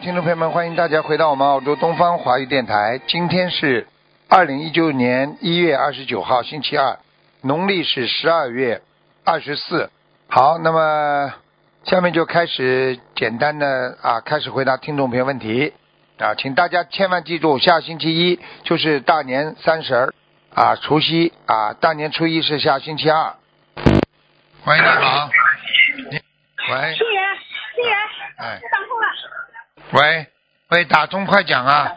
听众朋友们，欢迎大家回到我们澳洲东方华语电台。今天是二零一九年一月二十九号，星期二，农历是十二月二十四。好，那么下面就开始简单的啊，开始回答听众朋友问题啊，请大家千万记住，下星期一就是大年三十儿啊，除夕啊，大年初一是下星期二。喂，你好。你喂谢，谢啊，谢谢啊，哎，打通了，喂，喂，打通快讲啊！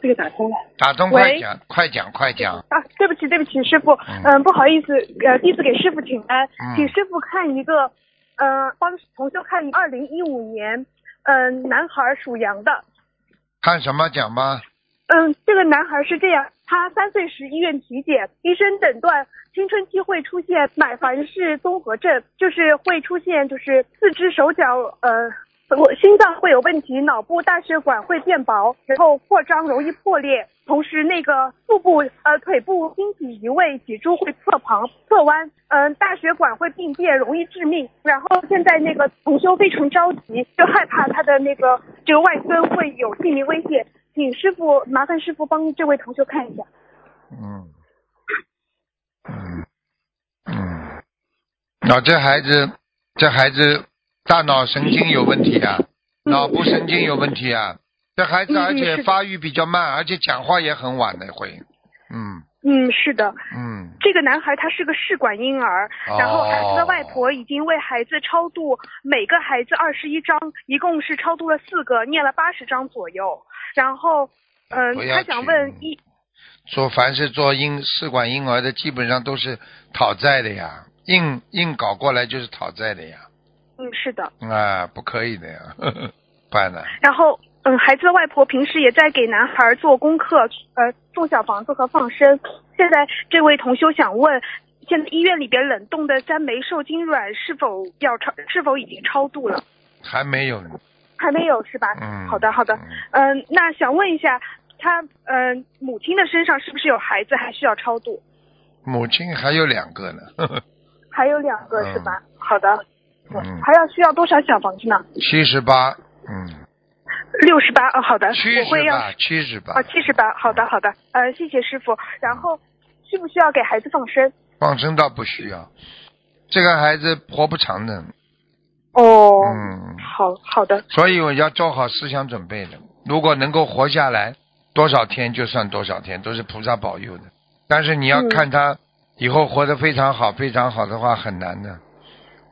这个打通了。打通快讲，快讲，快讲。啊，对不起，对不起，师傅，嗯嗯、不好意思，呃，弟子给师傅请安，嗯请师傅看一个，呃，帮同修看二零一五年，嗯、男孩属羊的，看什么讲吧？嗯，这个男孩是这样，他三岁时医院体检，医生诊断青春期会出现买凡氏综合症，就是会出现就是四肢手脚呃。我心脏会有问题，脑部大血管会变薄，然后扩张容易破裂，同时那个腹部呃腿部经脊移位，脊柱会侧旁侧弯，嗯、大血管会病变，容易致命。然后现在那个同修非常着急，就害怕他的那个这个外孙会有性命危险，请师傅麻烦师傅帮这位同学看一下。嗯，嗯，嗯。那、这孩子，这孩子大脑神经有问题啊，脑部神经有问题啊。这孩子嗯而且是的发育比较慢，而且讲话也很晚的会。嗯嗯，是的，嗯，这个男孩他是个试管婴儿，然后孩子的外哦婆已经为孩子超度每个孩子二十一章，一共是超度了四个，念了八十章左右。然后，嗯、不要他想紧问一，说凡是做婴试管婴儿的，基本上都是讨债的呀，硬硬搞过来就是讨债的呀，嗯，是的，啊，不可以的呀， 呵呵办了。然后，嗯，孩子的外婆平时也在给男孩做功课，呃，做小房子和放生。现在这位同修想问，现在医院里边冷冻的三枚受精卵是否要超，是否已经超度了？还没有呢。还没有是吧？嗯，好的，好的。嗯嗯、那想问一下，他嗯、呃母亲的身上是不是有孩子还需要超度？母亲还有两个呢， 呵呵还有两个是吧？好的。嗯还要需要多少小房子呢？七十八，嗯，六十八哦，好的，七我会十让八，七十八啊，，七十八，好的好的，呃，谢谢师傅。然后需不需要给孩子放生？放生倒不需要。这个孩子活不长的，哦，嗯，好好的，所以我要做好思想准备的。如果能够活下来多少天，就算多少天，都是菩萨保佑的。但是你要嗯看他以后活得非常好，非常好的话很难的，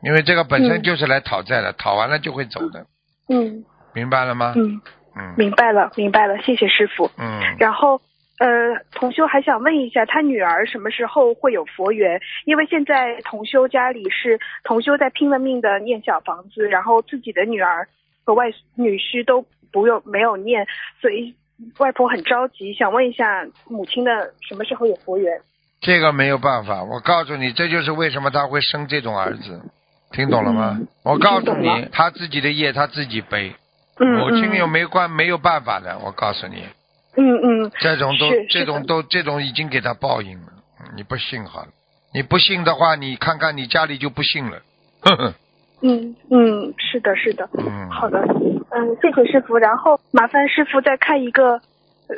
因为这个本身嗯就是来讨债的，讨完了就会走的，嗯明白了吗？嗯，嗯明白了明白了，谢谢师傅。嗯，然后呃，同修还想问一下，他女儿什么时候会有佛缘？因为现在同修家里是同修在拼了命的念小房子，然后自己的女儿和外女婿都不用没有念，所以外婆很着急，想问一下母亲的什么时候有佛缘？这个没有办法，我告诉你，这就是为什么他会生这种儿子，听懂了吗？嗯我告诉听懂你，他自己的业他自己背，嗯，母亲嗯又没关没有办法的，我告诉你，嗯嗯，这种都是是这种的都这种已经给他报应了，嗯你不信好了，你不信的话，你看看你家里就不信了， 呵呵，嗯嗯，是的，是的。嗯，好的，嗯，谢谢师傅。然后麻烦师傅再看一个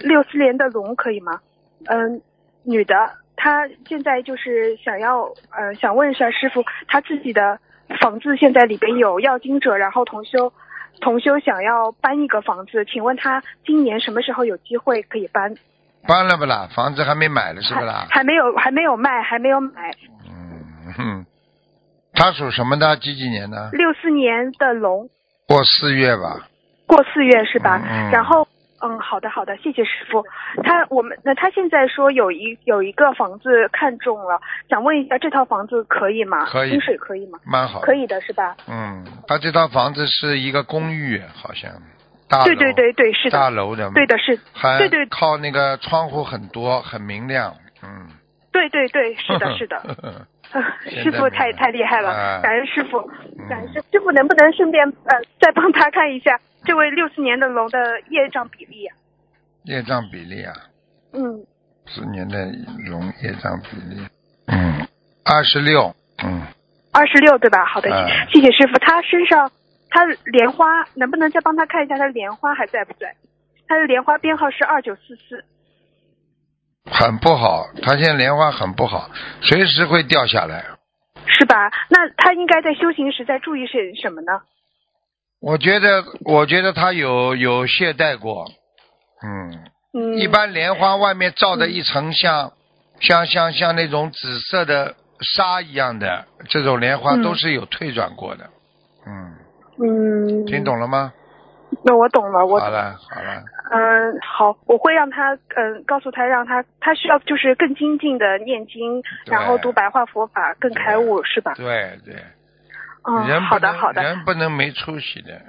六四年的龙，可以吗？嗯，女的，她现在就是想要，呃，想问一下师傅，她自己的房子现在里边有要经者，然后同修，同修想要搬一个房子，请问她今年什么时候有机会可以搬？搬了不啦？房子还没买了是不啦？还还没有，还没有卖，还没有买。嗯哼，他属什么的？几几年的？六四年的龙，过四月吧，过四月是吧？嗯嗯然后，嗯，好的好的，谢谢师傅。他我们那他现在说有一有一个房子看中了，想问一下这套房子可以吗？可以薪水可以吗？蛮好的可以的是吧？嗯，他这套房子是一个公寓，好像大楼，对对对对，是大的，楼的，对，的是，还对对靠那个窗户很多，很明亮，嗯，对对对是 的是的。的， 师傅太太厉害啊嗯了，感恩师傅，感恩师傅。师傅能不能顺便呃再帮他看一下这位六四年的龙的业障比例呀、业障比例啊，嗯，四年的容业障比例，嗯，二十六，嗯，二十六对吧？好的，啊谢谢师傅。他身上他莲花能不能再帮他看一下他的莲花还在不在？他的莲花编号是二九四四。很不好，他现在莲花很不好，随时会掉下来。是吧？那他应该在修行时在注意些什么呢？我觉得，我觉得他有有懈怠过，嗯，嗯，一般莲花外面罩的一层像、像像像那种紫色的纱一样的这种莲花嗯都是有退转过的，嗯，嗯，听。懂了吗？那我懂了，我好了好了，嗯，好，我会让他嗯，告诉他，让他他需要就是更精进的念经，对然后读白话佛法，更开悟，是吧？对对，嗯，人好不的，能好的。人不能没出息的，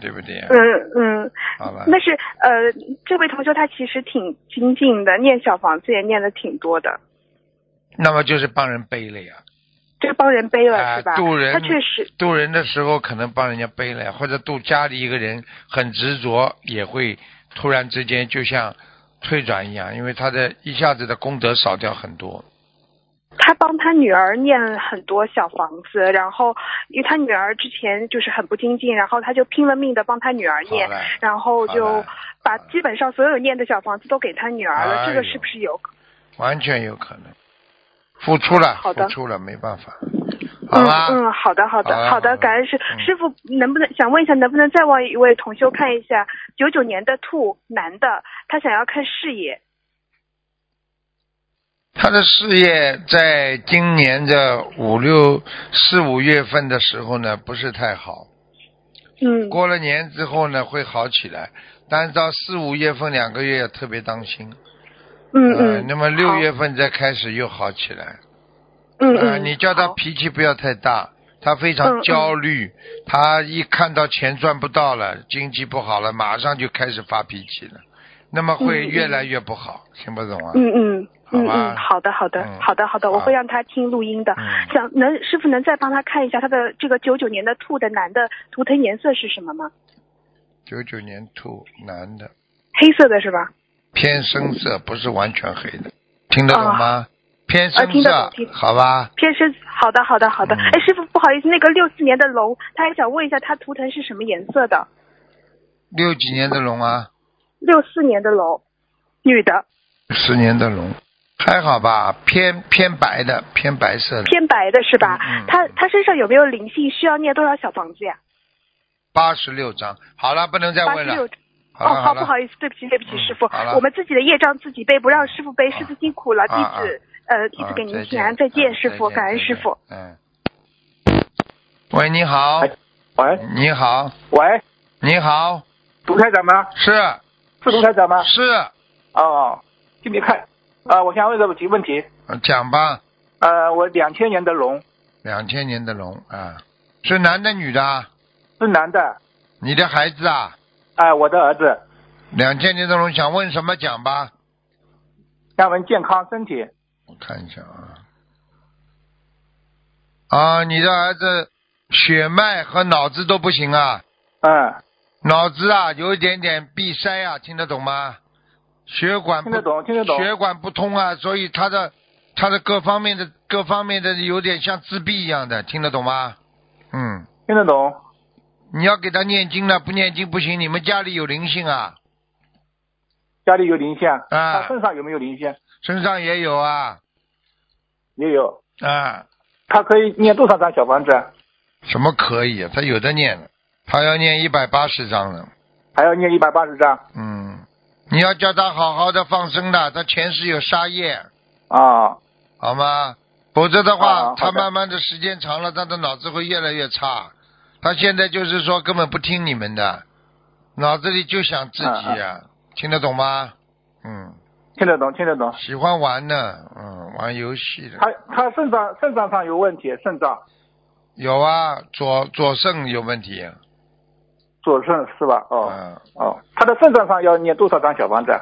对不对？嗯嗯，好了，那是呃，这位同学他其实挺精进的，念小房子也念的挺多的，那么就是帮人背了呀，这帮人背了、啊是吧？渡人他确实，渡人的时候可能帮人家背了，或者渡家里一个人很执着，也会突然之间就像退转一样，因为他的一下子的功德少掉很多。他帮他女儿念很多小房子，然后因为他女儿之前就是很不精进，然后他就拼了命的帮他女儿好念，了，然后好就了把基本上所有念的小房子都给他女儿了，哎呦这个是不是有？完全有可能，付出了，好的付出了，没办法，好嗯啦，嗯，好的好好的了好好的，了感恩师嗯师傅，能不能想问一下，能不能再望一位同修看一下九九年的兔男的，他想要看事业，他的事业在今年的五六四五月份的时候呢，不是太好。嗯过了年之后呢，会好起来，但是到四五月份两个月要特别当心。嗯呃嗯，那么六好月份再开始又好起来。嗯呃嗯，你叫他好脾气不要太大，他非嗯嗯常焦虑，他一看到钱赚不到了，经济不好了，马上就开始发脾气了，那么会嗯嗯越来越不好，听不懂啊？嗯嗯好嗯吧嗯，好的好的嗯好的好的，我好会让他听录音的。嗯想能师傅能再帮他看一下他的这个九九年的兔的男的图腾颜色是什么吗？九九年兔男的，黑色的是吧？偏深色，不是完全黑的，听得懂吗？偏嗯啊听深得色懂听，好吧？偏深，好的，好的，好的。嗯哎、师傅，不好意思，那个六四年的龙，他还想问一下，他图腾是什么颜色的？六几年的龙啊，六四年的龙，女的，十年的龙，还好吧？偏偏白的，偏白色的，偏白的是吧？嗯嗯他他身上有没有灵性？需要念多少小房子呀？八十六张。好了，不能再八问十了六。。好哦，了好，了不好意思，对不起，对不起，嗯师傅好了，我们自己的业障自己背，不让师傅背。啊师傅辛苦了，弟啊啊子呃，弟子啊给您再请见安，再见，啊师傅，再见感恩再师见傅。嗯。喂，你好，哎喂你好，喂，你好，卢台长吗？是是卢台长吗？是，哦，就没看。啊、我想问个几个问题。呃讲吧，呃，我两千年的龙两千年的龙啊，是男的女的啊？是男的，你的孩子啊？啊、我的儿子，两千年的龙想问什么讲吧？让我们健康身体。我看一下啊，啊，你的儿子血脉和脑子都不行啊，嗯，脑子啊有一点点闭塞啊，听得懂吗？血管不听得懂，听得懂。血管不通啊，所以他的他的各方面的各方面的有点像自闭一样的，听得懂吗？嗯，听得懂。你要给他念经了，不念经不行。你们家里有灵性啊，家里有灵性，啊啊他身上有没有灵性？身上也有啊也有。啊，他可以念多少张小房子？什么可以、啊？他有的念了，他要念一百八十章了。还要念一百八十张嗯，你要叫他好好的放生的，他前世有杀业，啊。好吗？否则的话，啊他好的慢慢的时间长了，他的脑子会越来越差。他现在就是说根本不听你们的，脑子里就想自己呀、嗯听得懂吗？嗯，听得懂，听得懂。喜欢玩呢，嗯，玩游戏的。他他肾脏肾脏上有问题，肾脏有啊，左左肾有问题。左肾是吧？哦、嗯，哦，他的肾脏上要念多少张小房子？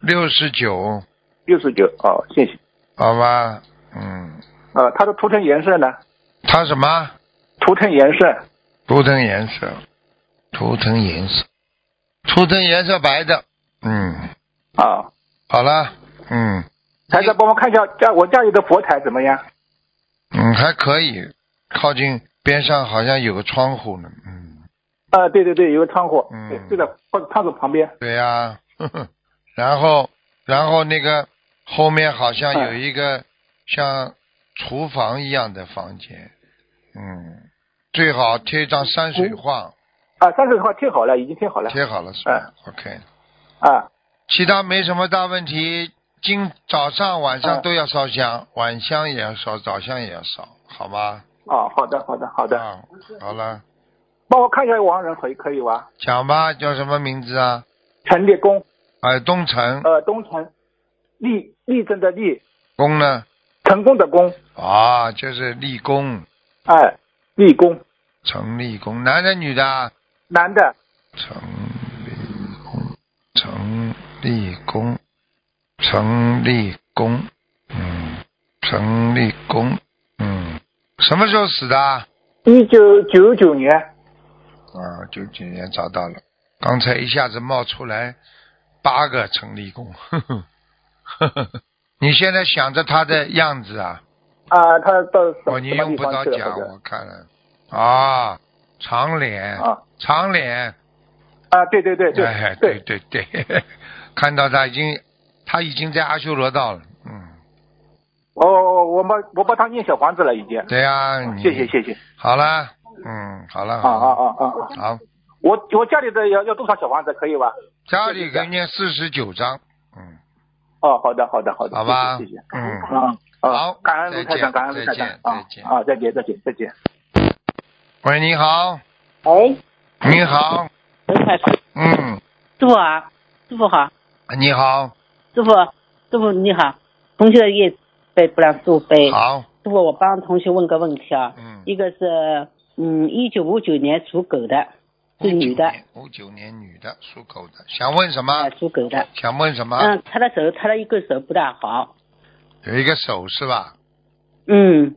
六十九，六十九，哦，谢谢。好吧，嗯，呃，它的图腾颜色呢？他什么？图腾颜色图腾颜色，图腾颜色，图腾颜色白的。嗯，啊，好了，嗯。台长帮我看一下家我家里的佛台怎么样？嗯，还可以，靠近边上好像有个窗户呢。嗯，啊，对对对，有个窗户，嗯对，就在窗窗子旁边。对呀、 呵呵然后然后那个后面好像有一哎个像厨房一样的房间，嗯，最好贴一张山水画，啊，山水画贴好了，已经贴好了。贴好了是哎吧、o k 啊，其他没什么大问题。今早上、晚上嗯都要烧香，晚香也要烧，早香也要烧，好吗？哦，好的，好的，好的。啊，好了，帮我看一下王人可以可以吧？讲吧，叫什么名字啊？陈立功，哎，东城呃，东城，立立正的立，公呢？成功的功，啊，就是立功，哎，立功，陈立功，男的女的啊？男的，成立功，成立功，成立功，嗯，成立功，嗯，什么时候死的啊？一九九九年，啊，九几年找到了，刚才一下子冒出来八个成立功， 呵呵，呵呵，你现在想着他的样子啊？啊，他到什哦，么你什么用地不方着去 了？讲，或我看了，啊，长脸，者啊长脸，啊，对对对对哎，对，对对，看到他已经，他已经在阿修罗道了。嗯，哦，我帮我帮他念小房子了，已经。对呀、你谢谢谢谢。好啦，嗯，好了，啊好啊了，啊啊啊！好，我我家里的要要多少小房子可以吧？家里给你念四十九章，嗯，哦，好的好的好的，好吧，谢谢谢谢。嗯，嗯，好感恩卢再台见长，感恩卢台长再见，啊再见啊，再见，再见，再见。喂，你好，喂，你好，刘太师嗯，师傅啊，师傅好，你好，师傅，师傅你好，同学也背不让师傅背。好，师傅，我帮同学问个问题啊，嗯，一个是嗯，一九五九年属狗的，是女的，五九年女的，属狗的，想问什么啊，？属狗的，想问什么？嗯，她的手，她的一个手不大好，有一个手是吧？嗯，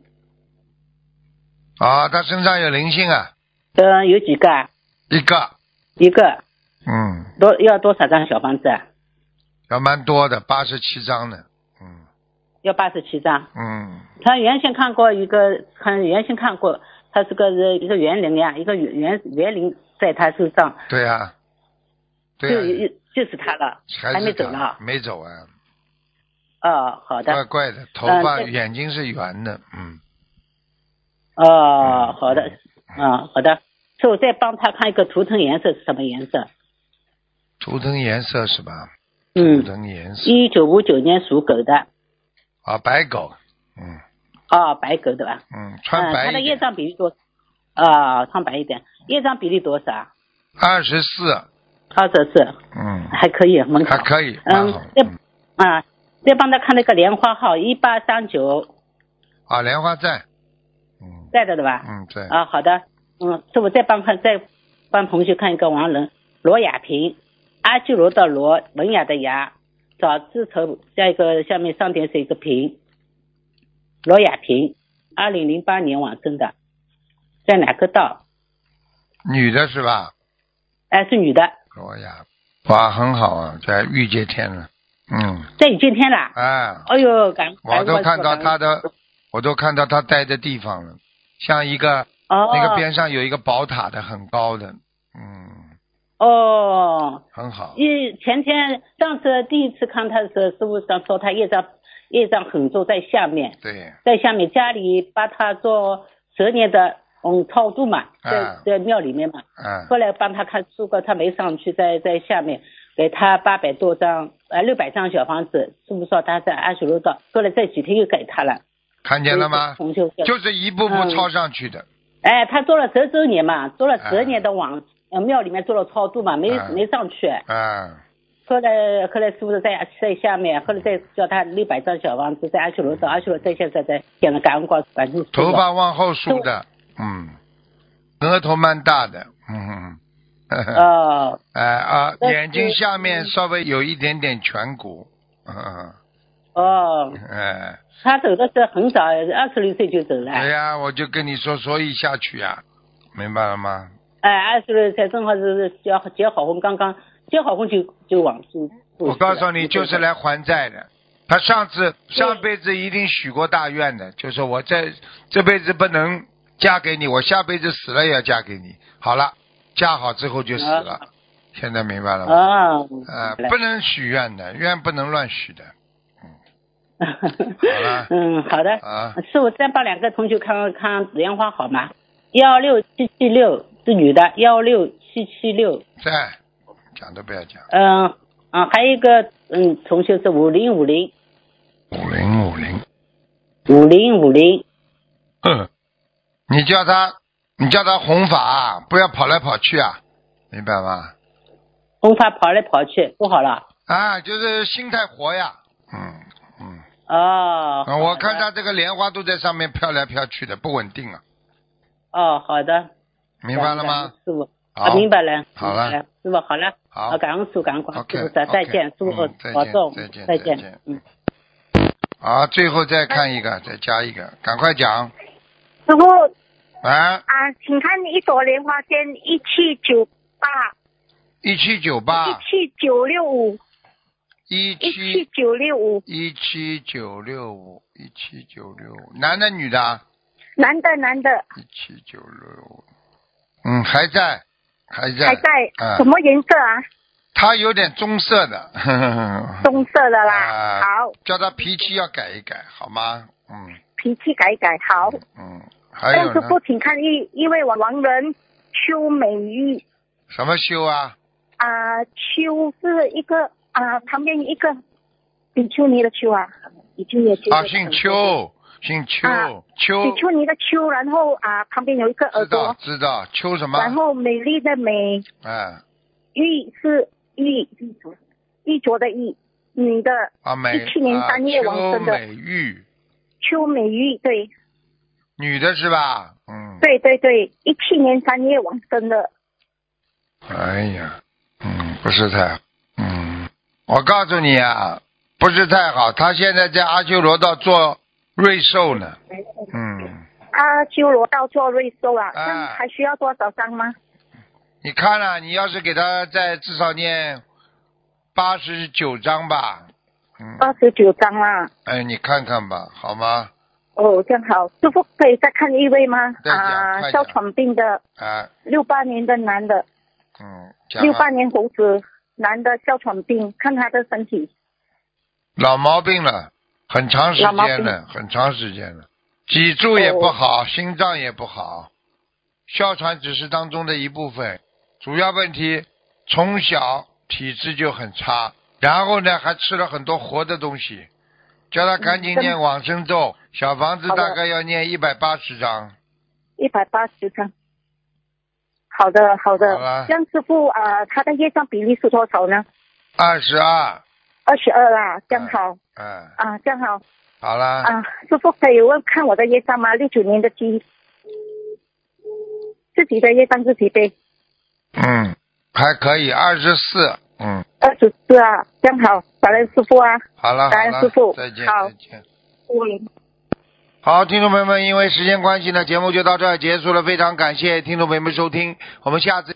啊，他身上有灵性啊，呃，有几个？啊？一个，一个嗯，多要多少张小房子？啊？还蛮多的，八十七章的，嗯要八十七张。嗯，他原先看过一个，看原先看过，他这个是一个园林呀，一个园园园林在他手上， 对呀、啊，就对啊呀、一就是他了，还还没是走他呢没走啊，哦，好怪的，怪的，头嗯发、对眼睛是圆的，嗯，哦，好的，啊，好的。所以我再帮他看一个图腾颜色是什么颜色？图腾颜色是吧？图嗯，腾颜色一九五九年属狗的，啊，白狗，嗯哦，白狗的吧？嗯，穿嗯，白他的一业点，障比例多，啊，穿白一点，业障比例多少？二十四，二十四，嗯，还可以，门口还。可以，蛮嗯好，，再嗯啊，再帮他看那个莲花号一八三九，啊，莲花在，嗯在的对吧？嗯，对，啊，好的，嗯，这我再帮看，再帮同学看一个王人罗亚平，阿基罗的罗，文雅的雅，早字头加一个下面上点水一个平，罗亚平，二零零八年往生的，在哪个道？女的是吧？哎，是女的，罗雅，哇，很好啊，在御界天了，嗯，在雨见天啦。哎，哎呦，感我都看到他他的，我都看到他待的地方了，像一个、哦那个边上有一个宝塔的，很高的，嗯，哦，很好，因前天上次第一次看他的时候，师傅上说他业障业障很重，在下面，对，在下面家里把他做蛇年的嗯超度嘛，在啊在庙里面嘛，嗯，后来帮他看书过，他没上去，在在下面给他八百多张呃六百张小房子，师傅说他在阿修罗道，后来这几天又给他了，看见了吗？同修就是一步步嗯抄上去的，哎，他做了十周年嘛，做了啊十年的往、呃庙里面做了超度嘛，没、啊没上去，嗯，后来后来师傅在在下面，后来再叫他六百张小房子在阿修罗道，阿修罗在现在在现在感恩光感恩师头傅。发往后梳的，嗯，额头蛮大的，嗯， 呵呵哦，哎啊，但是眼睛下面稍微有一点点颧骨，嗯，哦，哎，他走的是很早，二十六岁就走了。对哎呀、我就跟你说，所以下去呀、明白了吗？哎，二十六才正好是结结好婚，刚刚结好婚就就往生。我告诉你，就是来还债的。他上次上辈子一定许过大愿的，就是我这这辈子不能嫁给你，我下辈子死了也要嫁给你。好了，加好之后就死了。现在明白了吗？啊，呃，来不能许愿的，愿不能乱许的 了嗯，好的。啊。师傅，再帮两个同学看看紫阳花好吗？幺六七七六是女的，幺六七七六。在，讲都不要讲。嗯啊，还有一个嗯同学是五零五零五零五零，五零五零。嗯，你叫他，你叫他弘法啊，不要跑来跑去啊，明白吗？红发跑来跑去，不好了。啊，就是心态活呀。嗯嗯，哦， 啊我看到。他这个莲花都在上面飘来飘去的，不稳 定啊，哦，好的，明白了吗？？师傅，好啊，明白了。好了明白，师傅，好了。好啊感恩师傅，感恩广 OK，师傅，再见，师傅嗯再见保重再见，再再见见，嗯。好，啊最后再看一个，再加一个，赶快讲师傅啊！啊，请看一朵莲花间一七九八一七九一八，七九六五一一七七九六五，一七九六五，一七九六五，男的女的啊？男的男的一七九六五，嗯，还在，还在，还在，啊嗯什么颜色啊？他有点棕色的， 呵呵呵棕色的啦。啊好，叫他脾气要改一改，好吗？嗯脾气改一改好。嗯，还有但呢师？傅，请看一一位王人邱美玉什么修啊？啊，邱是一个啊旁边一个比丘尼的丘啊，比丘尼的丘。啊，姓。邱，姓邱啊，邱比，丘尼的丘，然后啊旁边有一个耳知道朵，知道，邱什么？然后美丽的美。哎，玉是玉玉镯的玉，女的啊美， 17年啊三月往邱生的美玉，邱美玉，对女的是吧？嗯，对对对，一七年三月往生的，哎呀，嗯，不是太好，嗯，我告诉你啊，不是太好。他现在在阿修罗道做瑞兽呢，嗯，阿啊修罗道做瑞兽啊，啊那还需要多少张吗？你看了、你要是给他再至少念八十九章吧，嗯，二十九张啦。哎，你看看吧，好吗？哦，这样好，师傅可以再看一位吗？再讲啊，快哮讲喘病的，啊，六八年的男的，嗯，讲六八了，年猴子，男的哮喘病，看他的身体。老毛病了，很长时老毛间病哦了，很长时间了，脊柱也不好，心脏也不好，哮喘只是当中的一部分，主要问题从小体质就很差，然后呢还吃了很多活的东西，叫他赶紧嗯念往生咒，小房子好的大概要念一百八十章。一百八十张。好的，好好啊的。江师傅啊、呃他的业障比例是多少呢？二十二，二十二啦，这样好嗯，啊，这样好好啦，啊。师傅可以问看我的业障吗？六九年的鸡，自己的业障自己背。嗯，还可以，二十四，嗯，二十四啊，这样好，感恩师傅啊。好了，感好恩了师，父再见，好再见。嗯。好，听众朋友们，因为时间关系呢，节目就到这儿结束了，非常感谢听众朋友们收听，我们下次。